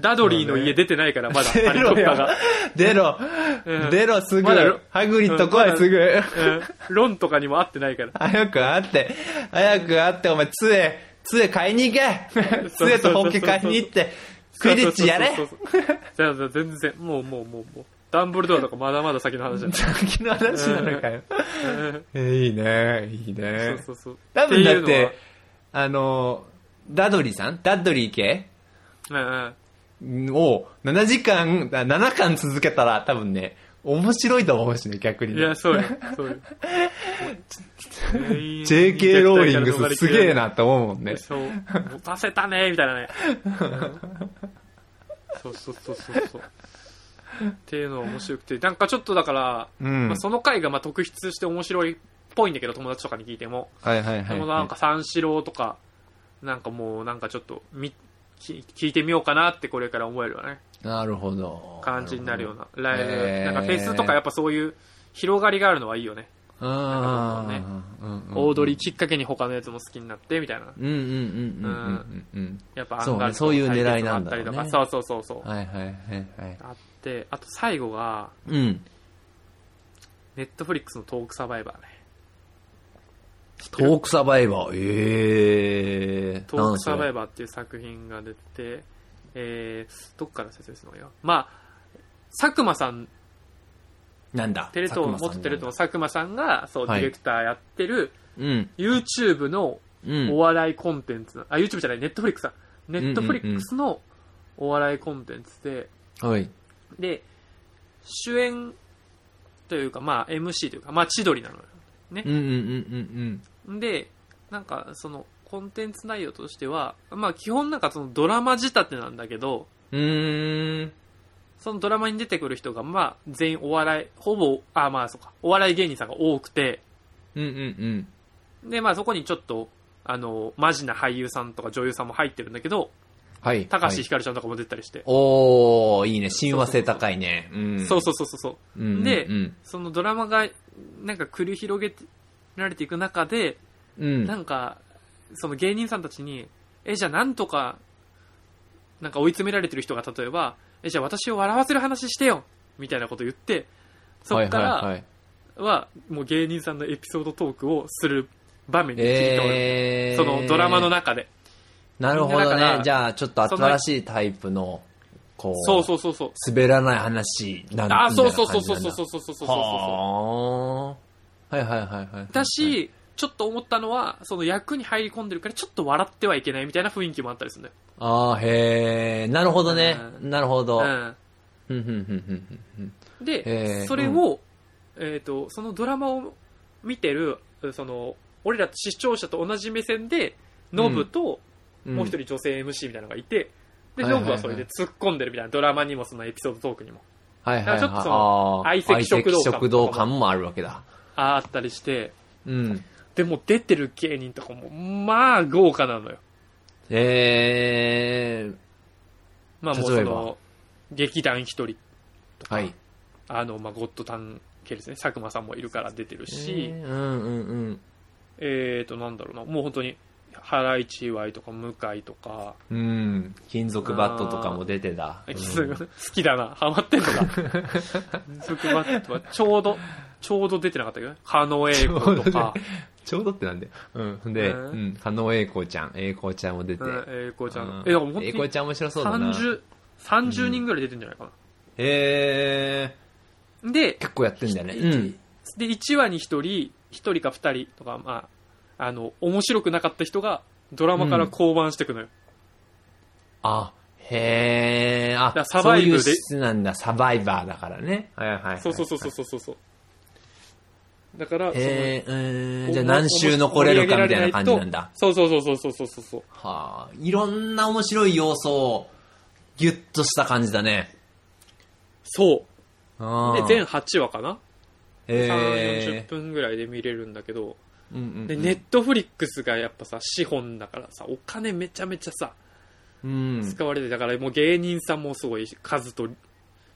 ダドリーの家出てないから、まだ、ハ
出
リー・ポ
ろ
ッタ
よ
ーが。。
出ろ
う。ん
出ろ、すぐ
まだろ。
ハグリッド来い、すぐ。
うん。ロンとかにも会ってないから。
早く会って、早く会って、お前、杖、杖買いに行 け
そうそうそうそう
杖と本気買いに行って、クイディッチやれ
そうそうそうそうそう全然、もうもうもうもう。ダンブルドアとかまだまだ先の話だね。
先の話なのかよ。
うん
えーいいね、いい
そう
ね。
そうそう。
多分だって
いうのは
あの、ダドリーさんダッドリー系
うんうん。
を7時間、あ7巻続けたら多分ね、面白いと思うしね、逆に
い
ね。
や、そうよ。そう よ。
JK ローリングスすげえ。なと思うもんね。
そう。持たせたねみたいなね。そうそうそうそうそう。っていうのが面白くて。なんかちょっとだから、
うん
まあ、その回がまあ特筆して面白いっぽいんだけど、友達とかに聞いても。
はいはい
でもなんか三四郎とか、なんかもうなんかちょっとみ聞聞いてみようかなってこれから思えるよね。
なるほど。
感じになるような。ラ
なるほど
イ
へ
ブ。
ー
なんかフェスとかやっぱそういう広がりがあるのはいいよね。
あ
なんか
あ、うんうん
大取りきっかけに他のやつも好きになってみたいな。
うんうんうんうんうんうん
やっぱ
そうね
アンガールズ
そういう狙いなんだろうね
あったりとか、そうそうそうそう
う。ん。はいはいはいはい。
あって、あと最後が、
うん。
ネットフリックスのトークサバイバーね。
トークサバイバー。ええー。
トークサバイ
バ
バーっていう作品が出て、えー、どっから説明するのよ。まあ、佐久間さん、
ー。なんだ
テレ東、元テレ東の佐久間さんが、そう、デ
はい
ィレクターやってる、
うん。
YouTube の
うん。
お笑いコンテンツな、あ、YouTube じゃない、ネットフリックスだ。ネットフリックスのお笑いコンテンツで、
はい。
で、主演というか、まあ MC というか、まあ千鳥なのよ。
うんうんうん
で、なんかそのコンテンツ内容としては、まあ基本なんかそのドラマ仕立てなんだけど、
うんうん。うーん。
そのドラマに出てくる人が、まあ全員お笑い、ほぼ、あ、まあそうか、お笑い芸人さんが多くて、
うんうん
で、まあそこにちょっと、あの、マジな俳優さんとか女優さんも入ってるんだけど、
はい。
高
は
橋
い
ひかるちゃんとかも出たりして。
おー、いいね。親和性高いね。うん。
そうそうそうそうそう。
うんうんうん。
で
うん。
そのドラマが、なんか繰り広げられていく中で、
うん。
なんか、その芸人さんたちに、え、じゃあなんとか、なんか追い詰められてる人が例えば、え、じゃあ私を笑わせる話してよみたいなこと言って、そっか
はいはいは
ら
い
は、もう芸人さんのエピソードトークをする場面に切り替わる。
えー。
そのドラマの中で。
なるほ
みん
ど
なだか
ね。
ら
じゃあ、ちょっと新しいタイプの、こう、
そうそうそうそう。
滑らない話なんだ。
あ、そうそうそうそうそうそう
う。
そうそうそうそ
はあ。はいはいはいはい。
う。だ、し、ちょっと思ったのは、その役に入り込んでるからちょっと笑ってはいけないみたいな雰囲気もあったりするんだよ。
ああ、へえ、なるほどね。
うん
なるほど。
うん。
ふんふんふんふんふんへ
で
ー、
それを、えっ、と、そのドラマを見てる、その、俺ら視聴者と同じ目線で、ノブと、
ふん
もう一人女性 MC みたいなのがいて、で、
はいはいはい
ノブはそれで突っ込んでるみたいな、ドラマにもそのエピソードトークにも、
はいはいはい。
だからちょっとそ
あ
の
ー
相席食堂感
相席食堂感もあるわけだ。
あったりして、
うん。
でも出てる芸人とかも、まあ、豪華なのよ。
えー、
まあ、もうそ
例えば
の、劇団一人、
はい。
あの、まあ、ゴッドタン系ですね、佐久間さんもいるから出てるし、
えーうんうんうん。
えっ、と、なんだろうな、もう本当に、ハライチ岩井とか、向井とか、
うん。金属バットとかも出てた。う ん
好きだな、ハマってんのか。金属バットはちょうど、ちょうど出てなかったけどね。狩野英孝とか、
ちょうどってなんで。うん。で、
うん
うん。加納栄子ちゃん。栄子ちゃんも出て。
うん、英子ちゃん
うん
の。え、だから本
栄
当
子
に
ちゃん面白そうだな。
30、30人ぐらい出てんじゃないか
え
な。で
ー、、結構やってんだよね。うん。
で、1話に1人、1人か2人とか、まあ、あの、面白くなかった人が、ドラマから降板してくのよ。
あ、へえ。あ
から、サバイブで
そういう質なんだ。サバイバーだからね。はいはいはい。
そうそうそうそうそうそう。だから、
へえ
その
じゃあ何週残れるかみたいな感じなんだ。。
そうそうそうそうそうそうそうそう。
はあ、いろんな面白い要素をギュッとした感じだね。
そう。
で
で、全8話かな、
え
?3、40分ぐらいで見れるんだけど、
ーうんうんうん
で、ネットフリックスがやっぱさ、資本だからさ、お金めちゃめちゃさ、
うん。
使われて、だからもう芸人さんもすごいし、数と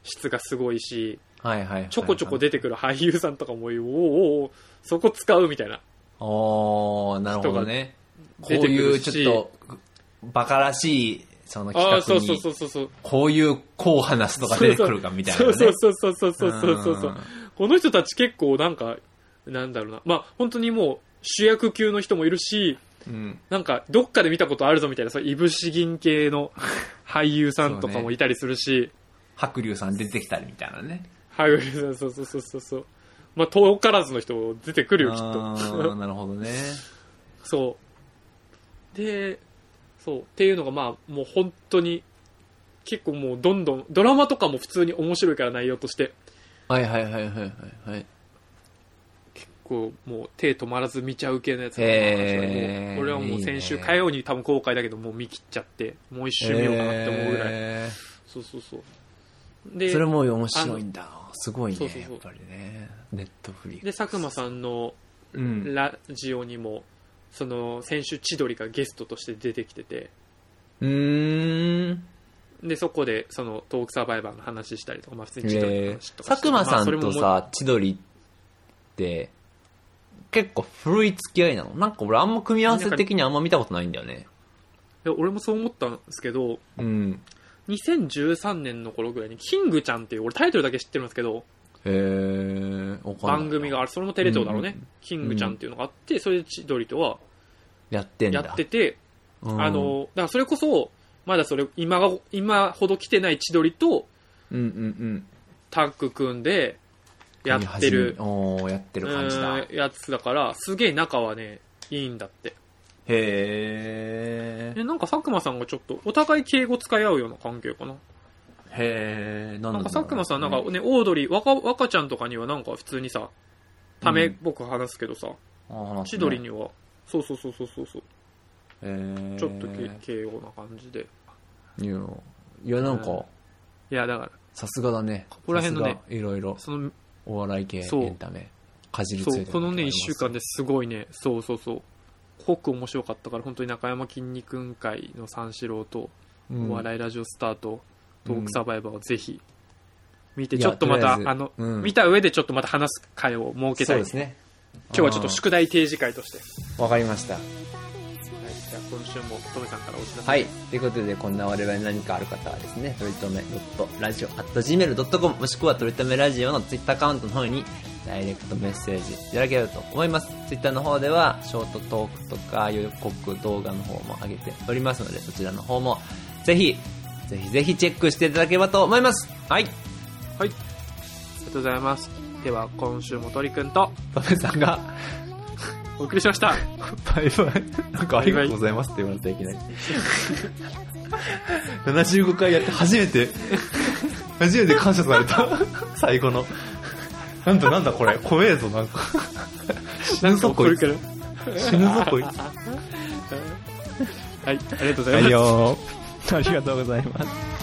質がすごいし、
はいはいはい。
ちょこちょこ出てくる俳優さんとかも、おーおーそこ使うみたいな。
おー、なるほどね。こう
出てく
い
る
う
し
ちょっと、バカらしい、その
あ
企
あ、
画
そうそう
に
そ、うそうそう。
こういうこう話すとか出てくるかみたいなね。
そうそうそうそうそうそうそうそう
うん。
この人たち結構なんか、なんだろうな。まあ、本当にもう主役級の人もいるし、
うん。
なんか、どっかで見たことあるぞみたいな、そう、いぶし銀系 の俳優さんとかもいたりするし、
白龍さん出てきたりみたいなね。
俳優さん、そうそうそうそうそう。まあ、遠からずの人出てくるよ、きっ
あ
と
ー。なるほどね。
そう。で、そう。っていうのが、まあ、もう本当に、結構もうどんどん、ドラマとかも普通に面白いから内容として、
はいはいはいはいはいはい。
こう、もう手止まらず見ちゃう系のやつ
へー
もう俺はもう先
い
週
いね
火曜に多分公開だけど、もう見切っちゃって、もう一周見ようかなって思うぐらい。
え
そうそうそう。
ー
で、
それも面白いんだ。すごいね、
そうそうそう
やっぱりね。ネットフリ
で、佐久間さんの
うん。
ラジオにも、その、先週千鳥がゲストとして出てきてて、
うーん。
で、そこで、その、トークサバイバーの話したりとか、まあ普通に千鳥の
え
話
ー
とか
佐
して、
久間
ま
さ
あそれ
ん
も
とさ、千鳥って、結構古い付き合いなのなんか俺あんま組み合わせ的にあんま見たことないんだよね。
いや俺もそう思ったんですけど、
うん。
2013年の頃ぐらいに、キングちゃんっていう、俺タイトルだけ知ってるんですけど、
へー、わかんない
番組があれ、それもテレ東だろうね、
うんうんう
キングちゃんっていうのがあって、それで千鳥とは
やってんだ。
やってて、
うん
あ、の、だからそれこそ、まだそれ、今が、今ほど来てない千鳥と
うんうんうん。
タッグ組んで、やってる、
おーやってる感じだ。
うんやつだから、すげえ仲はね、いいんだって。
へー。
でなんか佐久間さんがちょっと、お互い敬語使い合うような関係かな。
へー、なん
なんか
だ
佐久間さん、なんか
う
ね、オードリー、若、若ちゃんとかにはなんか普通にさ、ため、
うん
僕話すけどさ、
あーなんかね
千鳥には、そうそうそうそうそうそう、
へー
ちょっとけ敬語な感じで。
いやいや、なん
うん
か、
いや、だから、
さすがだね。こ
こら辺のね、
いろいろ、
その、
お笑い系、
そう
エンタメ、かじりつい
そ
て
う、
る
このね、
あり
一
ます
週間ですごいね、そうそうそう、濃く面白かったから、本当に中山筋肉委員会の三四郎と、
うん
お笑いラジオスタート、
うん
トークサバイバーをぜひ、見て、
い
ち
や
ょっとまた、
とりえず
あの、
うん
見た上でちょっとまた話す会を設け
そ
た
う
い。
ですね。
今日はちょっと宿題提示会として。
あーわかりました。
はい、じゃあ今週もトメさんからお知らせ。
はい。ということで、こんな我々に何かある方はですね、とりとめ .radio.gmail.com もしくはとりとめラジオの Twitter アカウントの方にダイレクトメッセージいただければと思います。Twitter の方では、ショートトークとか予告動画の方も上げておりますので、そちらの方もぜひ、ぜひぜひチェックしていただければと思います。はい。
はい。ありがとうございます。では、今週も鳥くんと
とめさんが、
お送りしました。
バイバイ。なんかありがとうございますって言われたらいけない。75回やって初めて、初めて感謝された。 最後の。なんだなんだこれ、怖えぞ、 なんか。死ぬぞ、こいつ。
ら。
死ぬぞ、こいつ。
はい、ありがとうございます
はい。よー。ありがとうございます。
「ありがとうございます」